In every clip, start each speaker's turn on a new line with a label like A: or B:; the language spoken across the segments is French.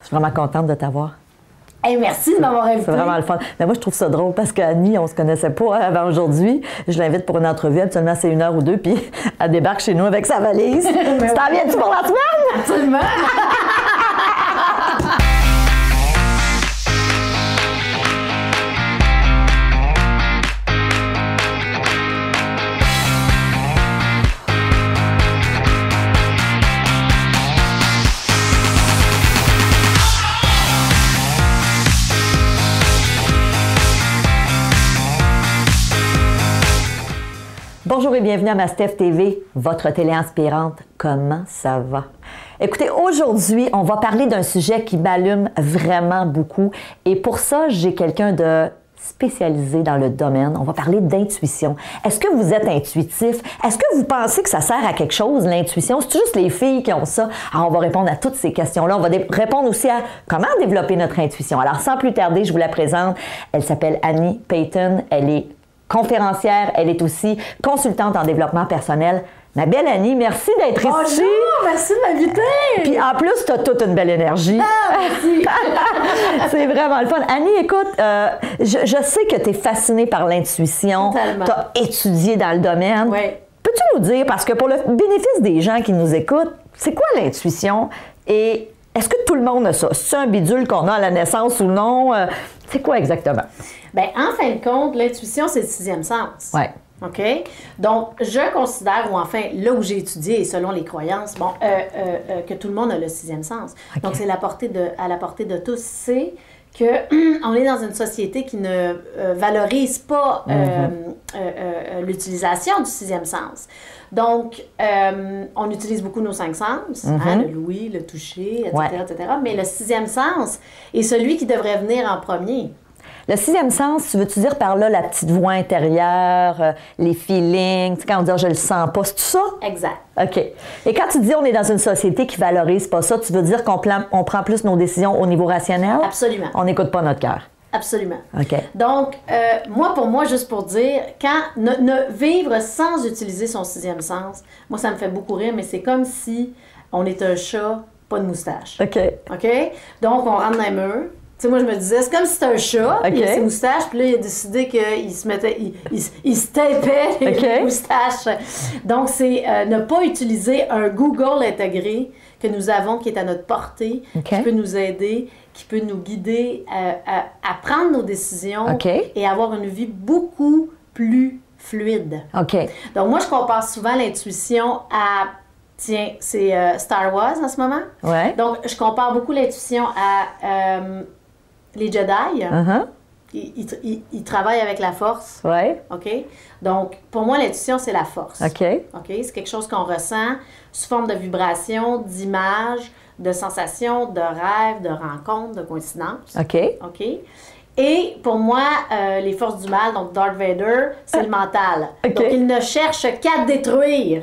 A: Je suis vraiment contente de t'avoir.
B: Hey, merci de m'avoir invité.
A: C'est vraiment le fun. Mais moi, je trouve ça drôle parce qu'Annie, on se connaissait pas avant aujourd'hui. Je l'invite pour une entrevue. Habituellement, c'est une heure ou deux, puis elle débarque chez nous avec sa valise. tu t'en viens-tu pour la semaine?
B: Absolument.
A: Bonjour et bienvenue à Mastef TV, votre télé inspirante. Comment ça va? Écoutez, aujourd'hui, on va parler d'un sujet qui m'allume vraiment beaucoup. Et pour ça, j'ai quelqu'un de spécialisé dans le domaine. On va parler d'intuition. Est-ce que vous êtes intuitif? Est-ce que vous pensez que ça sert à quelque chose, l'intuition? C'est juste les filles qui ont ça. Alors, on va répondre à toutes ces questions-là. On va répondre aussi à comment développer notre intuition. Alors, sans plus tarder, je vous la présente. Elle s'appelle Annie Payton. Elle est conférencière. Elle est aussi consultante en développement personnel. Ma belle Annie, merci d'être ici.
B: Bonjour, merci de m'inviter.
A: Puis en plus, tu as toute une belle énergie.
B: Ah, merci.
A: C'est vraiment le fun. Annie, écoute, euh, je, je sais que tu es fascinée par l'intuition.
B: Totalement.
A: Tu as étudié dans le domaine.
B: Ouais.
A: Peux-tu nous dire, parce que pour le bénéfice des gens qui nous écoutent, c'est quoi l'intuition et est-ce que tout le monde a ça? C'est un bidule qu'on a à la naissance ou non? Euh, C'est quoi exactement?
B: Ben, en fin de compte, l'intuition, c'est le sixième sens.
A: Ouais.
B: OK? Donc, je considère, ou enfin, là où j'ai étudié, et selon les croyances, bon, euh, euh, euh, que tout le monde a le sixième sens.
A: OK.
B: Donc, c'est la portée de, à la portée de tous. C'est que on est dans une société qui ne euh, valorise pas euh,
A: Mm-hmm.
B: euh, euh, l'utilisation du sixième sens. Donc, euh, on utilise beaucoup nos cinq sens, hein, le louis, le toucher, etc.,
A: Mm-hmm. Ouais.
B: etc. Mais le sixième sens est celui qui devrait venir en premier.
A: Le sixième sens, tu veux-tu dire par là la petite voix intérieure, euh, les feelings, tu sais, quand on dit Ah, je le sens pas, c'est tout ça?
B: Exact.
A: OK. Et quand tu dis on est dans une société qui valorise pas ça, tu veux dire qu'on plan- on prend plus nos décisions au niveau rationnel?
B: Absolument.
A: On n'écoute pas notre cœur.
B: Absolument.
A: OK.
B: Donc, euh, moi, pour moi, juste pour dire, quand ne, ne vivre sans utiliser son sixième sens, moi, ça me fait beaucoup rire, mais c'est comme si on est un chat, pas de moustache.
A: OK.
B: OK? Donc, on rentre dans les murs. Tu sais, moi, je me disais, c'est comme si c'était un chat, puis il a
A: OK.
B: ses moustaches, puis là, il a décidé qu'il se mettait, il, il se- il se tapait les
A: OK.
B: moustaches. Donc, c'est euh, ne pas utiliser un Google intégré que nous avons, qui est à notre portée,
A: OK.
B: qui peut nous aider, qui peut nous guider à, à- à prendre nos décisions
A: OK.
B: et avoir une vie beaucoup plus fluide.
A: OK.
B: Donc, moi, je compare souvent l'intuition à, tiens, c'est euh, Star Wars en ce moment.
A: Ouais.
B: Donc, je compare beaucoup l'intuition à euh, les Jedi.
A: Uh-huh.
B: Ils, ils- ils- ils travaillent avec la force,
A: Ouais.
B: OK? Donc, pour moi, l'intuition, c'est la force.
A: OK.
B: OK? C'est quelque chose qu'on ressent sous forme de vibrations, d'images, de sensations, de rêves, de rencontres, de coïncidences.
A: OK.
B: OK? Et pour moi, euh, les forces du mal, donc Darth Vader, c'est le mental.
A: Ah. OK.
B: Donc, il ne cherche qu'à te détruire.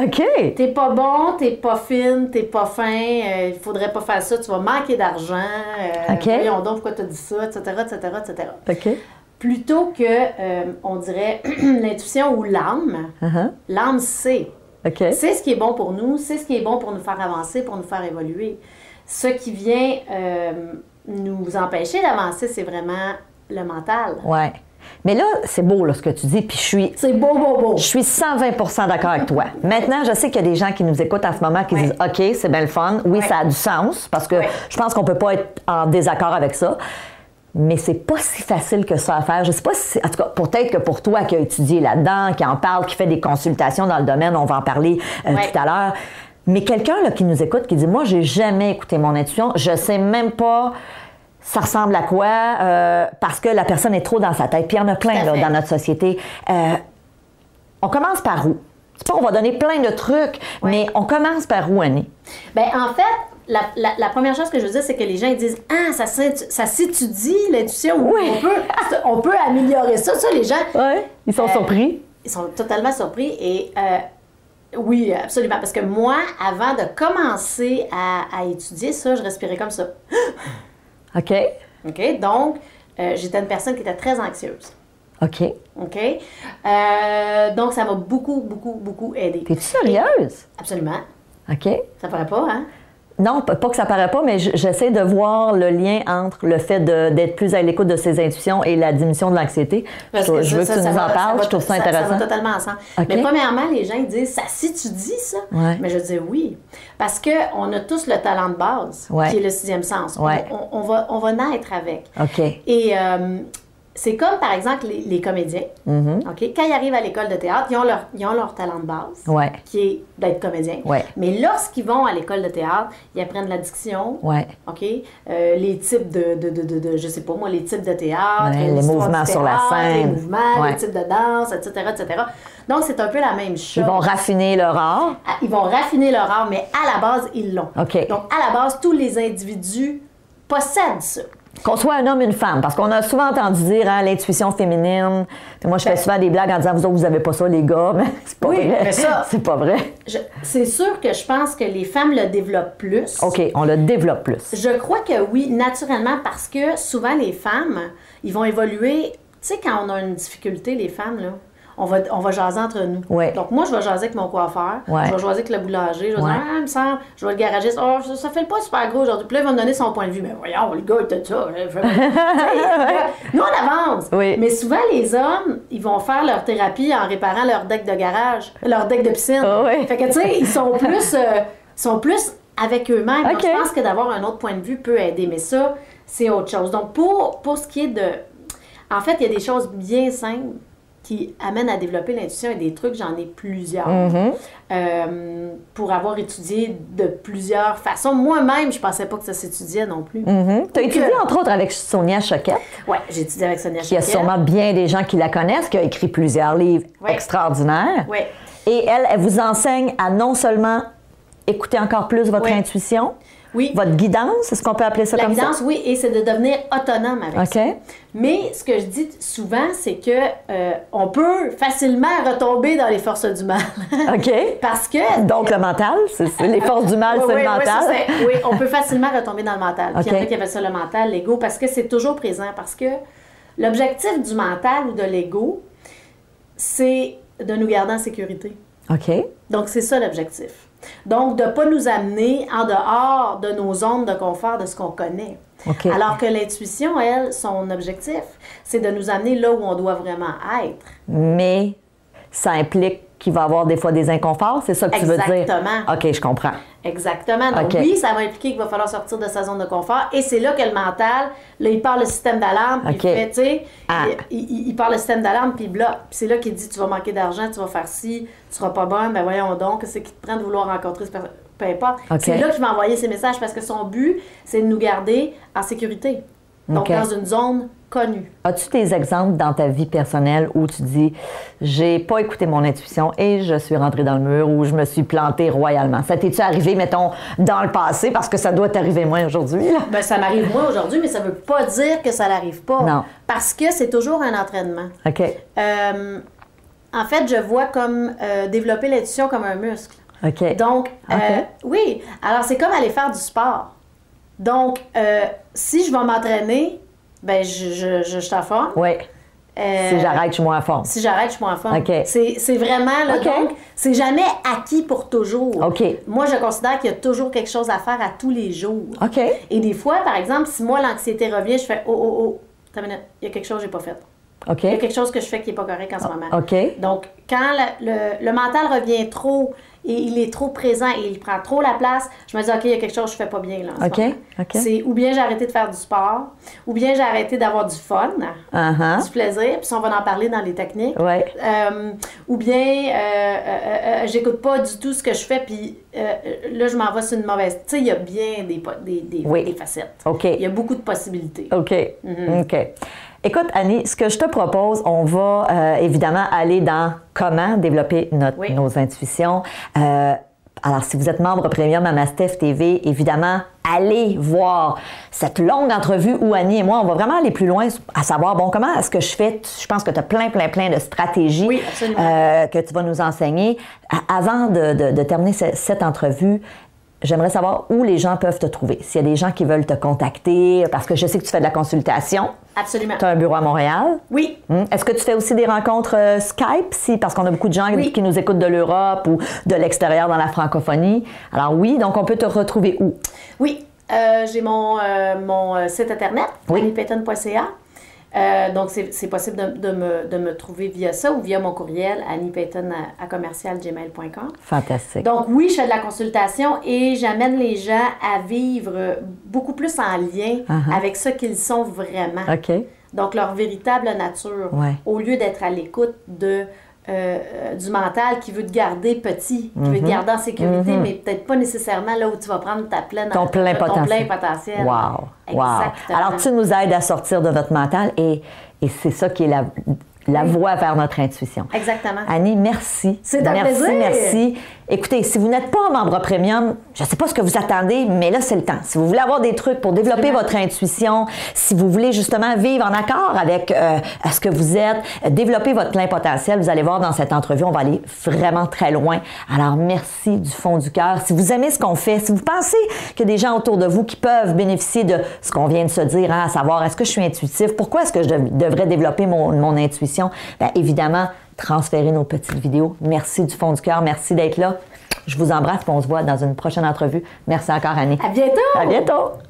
A: OK.
B: T'es pas bon, t'es pas fine, t'es pas fin, euh, il faudrait pas faire ça, tu vas manquer d'argent, euh,
A: OK.
B: voyons donc pourquoi t'as dit ça, etc., etc., etc.
A: OK.
B: Plutôt que, euh, on dirait, l'intuition ou l'âme,
A: Uh-huh.
B: l'âme sait.
A: OK.
B: C'est ce qui est bon pour nous, c'est ce qui est bon pour nous faire avancer, pour nous faire évoluer. Ce qui vient euh, nous empêcher d'avancer, c'est vraiment le mental.
A: Ouais. Mais là, c'est beau là, ce que tu dis, puis je suis
B: C'est beau, beau, beau.
A: Je suis 120 d'accord avec toi. Maintenant, je sais qu'il y a des gens qui nous écoutent en ce moment qui
B: Ouais.
A: disent OK, c'est bien le fun. Oui,
B: Ouais.
A: ça a du sens parce que
B: Ouais.
A: je pense qu'on peut pas être en désaccord avec ça. Mais c'est pas si facile que ça à faire. Je sais pas si, en tout cas, peut-être que pour toi qui a étudié là-dedans, qui en parle, qui fait des consultations dans le domaine, on va en parler euh,
B: Ouais.
A: tout à l'heure. Mais quelqu'un là, qui nous écoute, qui dit Moi, j'ai jamais écouté mon intuition, je sais même pas ça ressemble à quoi, euh, parce que la personne est trop dans sa tête. Puis il y en a plein
B: à
A: là,
B: fait.
A: dans notre société. Euh, on commence par où? C'est pas on va donner plein de trucs, mais on commence par où, Annie?
B: Ben, en fait, la, la- la première chose que je veux dire, c'est que les gens ils disent Ah, ça, s'intu- ça s'étudie, l'intuition.
A: Oui.
B: On, peut, on peut améliorer ça. Ça, les gens,
A: Oui. Ils sont
B: Euh,
A: surpris.
B: ils sont totalement surpris. Et euh, oui, absolument. Parce que moi, avant de commencer à, à étudier ça, je respirais comme ça.
A: OK.
B: OK? Donc, euh, j'étais une personne qui était très anxieuse.
A: OK.
B: OK? Euh, donc, ça m'a beaucoup, beaucoup, beaucoup aidé.
A: T'es-tu sérieuse?
B: Absolument.
A: OK.
B: Ça paraît pas, hein?
A: Non, pas pas que ça paraît pas, mais j- j'essaie de voir le lien entre le fait de- d'être plus à l'écoute de ses intuitions et la diminution de l'anxiété. Je,
B: Parce
A: trouve-
B: que
A: je
B: ça,
A: veux
B: ça,
A: que tu
B: ça
A: nous
B: va-
A: en parles, je trouve ça
B: va-
A: intéressant.
B: Ça va totalement ensemble.
A: Ok.
B: Mais premièrement, les gens ils disent ça si tu dis ça.
A: Ouais.
B: Mais je dis oui. Parce que on a tous le talent de base,
A: Ouais.
B: qui est le sixième sens. On-
A: Ouais.
B: On, on va, on va naître avec.
A: OK.
B: Et euh, c'est comme, par exemple, les, les comédiens.
A: Mm-hmm.
B: OK? Quand ils arrivent à l'école de théâtre, ils ont leur, ils ont leur talent de base,
A: Ouais.
B: qui est d'être comédien.
A: Ouais.
B: Mais lorsqu'ils vont à l'école de théâtre, ils apprennent la diction,
A: Ouais.
B: OK? Euh, les types de, de, de, de, de- je sais pas moi, les types de théâtre,
A: Ouais,
B: l'histoire
A: les
B: du
A: mouvements sur la
B: théâtre,
A: scène.
B: Les mouvements,
A: Ouais.
B: les types de danse, etc., etc. Donc, c'est un peu la même chose.
A: Ils vont raffiner leur art.
B: Ah, Ils vont raffiner leur art, mais à la base, ils l'ont.
A: OK.
B: Donc, à la base, tous les individus possèdent ça.
A: Qu'on soit un homme, une femme, parce qu'on a souvent entendu dire hein, l'intuition féminine. Puis moi, je fais souvent des blagues en disant vous autres, vous avez pas ça, les gars. Mais c'est pas
B: Ben. Oui,
A: vrai.
B: mais ça-
A: C'est pas vrai.
B: Je- C'est sûr que je pense que les femmes le développent plus.
A: OK, on le développe plus.
B: Je crois que oui, naturellement, parce que souvent les femmes, ils vont évoluer. Tu sais, quand on a une difficulté, les femmes, là, on va, on va jaser entre nous.
A: Ouais.
B: Donc, moi, je vais jaser avec mon coiffeur,
A: Ouais.
B: je vais jaser avec le boulanger, je vais
A: Ouais.
B: dire, ah, il me semble, je vais le garagiste, oh, ça, ça fait pas super gros aujourd'hui. Puis là, il va me donner son point de vue. Mais voyons, le gars, il était ça. hein, je- Tu sais, nous, on avance.
A: Oui.
B: Mais souvent, les hommes, ils vont faire leur thérapie en réparant leur deck de garage, leur deck de piscine.
A: Ah ouais.
B: Fait que, tu sais, ils sont plus, euh, ils sont plus avec eux-mêmes. Donc,
A: Ok.
B: je pense que d'avoir un autre point de vue peut aider, mais ça, c'est autre chose. Donc, pour, pour ce qui est de. En fait, il y a des choses bien simples qui amènent à développer l'intuition et des trucs, j'en ai plusieurs.
A: Mm-hmm.
B: Euh, pour avoir étudié de plusieurs façons. Moi-même, je pensais pas que ça s'étudiait non plus.
A: Tu as étudié entre autres avec Sonia Choquette,
B: Ouais, j'ai étudié avec Sonia
A: qui a
B: Choquette.
A: sûrement bien des gens qui la connaissent, qui a écrit plusieurs livres
B: Ouais.
A: extraordinaires.
B: Ouais.
A: Et elle, elle vous enseigne à non seulement écouter encore plus votre
B: Ouais.
A: intuition,
B: Oui.
A: votre guidance, est-ce qu'on peut appeler ça
B: La
A: comme
B: guidance, oui, et c'est de devenir autonome avec
A: ça?
B: ça.
A: OK.
B: Mais ce que je dis souvent, c'est que euh, on peut facilement retomber dans les forces du mal.
A: OK.
B: Parce que
A: Donc le mental, c'est c'est- les forces du mal,
B: Oui,
A: c'est
B: oui,
A: le
B: oui, ça,
A: mental.
B: c'est- oui, on peut facilement retomber dans le mental. Puis il y en
A: Ok.
B: a qui appellent ça le mental, l'ego, parce que c'est toujours présent. Parce que l'objectif du mental ou de l'ego, c'est de nous garder en sécurité.
A: OK.
B: Donc, c'est ça l'objectif. Donc, de ne pas nous amener en dehors de nos zones de confort, de ce qu'on connaît.
A: OK.
B: Alors que l'intuition, elle, son objectif, c'est de nous amener là où on doit vraiment être.
A: Mais ça implique qu'il va y avoir des fois des inconforts, c'est ça que tu veux dire?
B: Exactement.
A: OK, je comprends.
B: Exactement. Donc
A: OK.
B: oui, ça va impliquer qu'il va falloir sortir de sa zone de confort. Et c'est là que le mental, là, il part le système d'alarme, puis
A: OK.
B: il fait, tu sais,
A: Ah.
B: il, il- il part le système d'alarme, puis il bloque. Puis c'est là qu'il dit, tu vas manquer d'argent, tu vas faire ci, tu seras pas bonne, ben voyons donc, qu'est-ce qui te prend de vouloir rencontrer ce per- peu importe.
A: OK.
B: C'est là qu'il va envoyer ses messages parce que son but, c'est de nous garder en sécurité. Donc
A: OK.
B: dans une zone connue.
A: As-tu des exemples dans ta vie personnelle où tu dis j'ai pas écouté mon intuition et je suis rentrée dans le mur ou je me suis plantée royalement? Ça t'es-tu arrivé, mettons, dans le passé parce que ça doit t'arriver moins aujourd'hui? là?
B: Ben, ça m'arrive moi aujourd'hui, mais ça veut pas dire que ça n'arrive pas.
A: Non.
B: Parce que c'est toujours un entraînement.
A: OK.
B: Euh, en fait, je vois comme euh, développer l'intuition comme un muscle.
A: OK.
B: Donc, euh,
A: Ok.
B: oui, alors c'est comme aller faire du sport. Donc, euh, si je vais m'entraîner, ben, je, je, je, je suis en forme.
A: oui.
B: Euh,
A: Si j'arrête, je suis moins en forme.
B: si j'arrête, je suis moins en forme.
A: Ok.
B: C'est c'est vraiment, là,
A: Ok.
B: donc, c'est jamais acquis pour toujours.
A: Ok.
B: Moi, je considère qu'il y a toujours quelque chose à faire à tous les jours.
A: OK.
B: Et des fois, par exemple, si moi, l'anxiété revient, je fais « Oh, oh, oh, attends une minute, il y a quelque chose que j'ai pas fait. »
A: OK.
B: Il y a quelque chose que je fais qui n'est pas correct en ce moment.
A: Ah, OK.
B: Donc, quand le, le- le mental revient trop et il est trop présent et il prend trop la place, je me dis, OK, il y a quelque chose que je ne fais pas bien là. en ce
A: OK,
B: moment.
A: OK.
B: C'est ou bien j'ai arrêté de faire du sport, ou bien j'ai arrêté d'avoir du fun,
A: Uh-huh.
B: du plaisir, puis ça, on va en parler dans les techniques.
A: Ouais.
B: Euh, ou bien euh, euh, euh, euh, j'écoute pas du tout ce que je fais, puis euh, là, je m'en vais sur une mauvaise. Tu sais, il y a bien des, po- des, des-
A: Oui.
B: des facettes.
A: OK.
B: Il y a beaucoup de possibilités.
A: OK.
B: Mm-hmm.
A: OK. Écoute, Annie, ce que je te propose, on va euh, évidemment aller dans comment développer notre-
B: Oui.
A: nos intuitions. Euh, alors, si vous êtes membre premium à Mastef TV, évidemment, allez voir cette longue entrevue où Annie et moi, on va vraiment aller plus loin à savoir, bon, comment est-ce que je fais? Je pense que tu as plein, plein, plein de stratégies
B: Oui, absolument.
A: euh, que tu vas nous enseigner. A- Avant de, de- de terminer ce- cette entrevue, J'aimerais savoir où les gens peuvent te trouver. S'il y a des gens qui veulent te contacter, parce que je sais que tu fais de la consultation.
B: Absolument.
A: Tu as un bureau à Montréal.
B: Oui,
A: Hum. Est-ce que tu fais aussi des rencontres euh, Skype? Si, parce qu'on a beaucoup de gens
B: Oui.
A: qui nous écoutent de l'Europe ou de l'extérieur dans la francophonie. Alors oui, donc on peut te retrouver où?
B: Oui, euh, j'ai mon, euh, mon euh, site internet,
A: Oui.
B: anniepayton.ca. Euh, donc, c'est c'est possible de, de me, de me trouver via ça ou via mon courriel anniepayton à, à commercialgmail.com.
A: Fantastique.
B: Donc, oui, je fais de la consultation et j'amène les gens à vivre euh, beaucoup plus en lien
A: Uh-huh.
B: avec ce qu'ils sont vraiment.
A: OK.
B: Donc, leur véritable nature.
A: Ouais.
B: Au lieu d'être à l'écoute de, euh, euh, du mental qui veut te garder petit, qui
A: Mhm.
B: veut te garder en sécurité, mais peut-être pas nécessairement là où tu vas prendre ta pleine,
A: Ton plein
B: Ton plein
A: potentiel.
B: potentiel.
A: Wow. wow.
B: Exactement.
A: Alors tu nous aides à sortir de notre mental et, et c'est ça qui est la, la voie vers notre intuition.
B: Exactement.
A: Annie, merci.
B: C'est un
A: merci,
B: plaisir.
A: merci. Écoutez, si vous n'êtes pas un membre premium, je ne sais pas ce que vous attendez, mais là, c'est le temps. Si vous voulez avoir des trucs pour développer votre intuition, si vous voulez justement vivre en accord avec euh, ce que vous êtes, euh, développer votre plein potentiel, vous allez voir dans cette entrevue, on va aller vraiment très loin. Alors, merci du fond du cœur. Si vous aimez ce qu'on fait, si vous pensez qu'il y a des gens autour de vous qui peuvent bénéficier de ce qu'on vient de se dire, hein, à savoir est-ce que je suis intuitif, pourquoi est-ce que je dev- devrais développer mon, mon intuition, Bien, évidemment, transférer nos petites vidéos. Merci du fond du cœur. Merci d'être là. Je vous embrasse et on se voit dans une prochaine entrevue. Merci encore, Annie.
B: À bientôt!
A: À bientôt.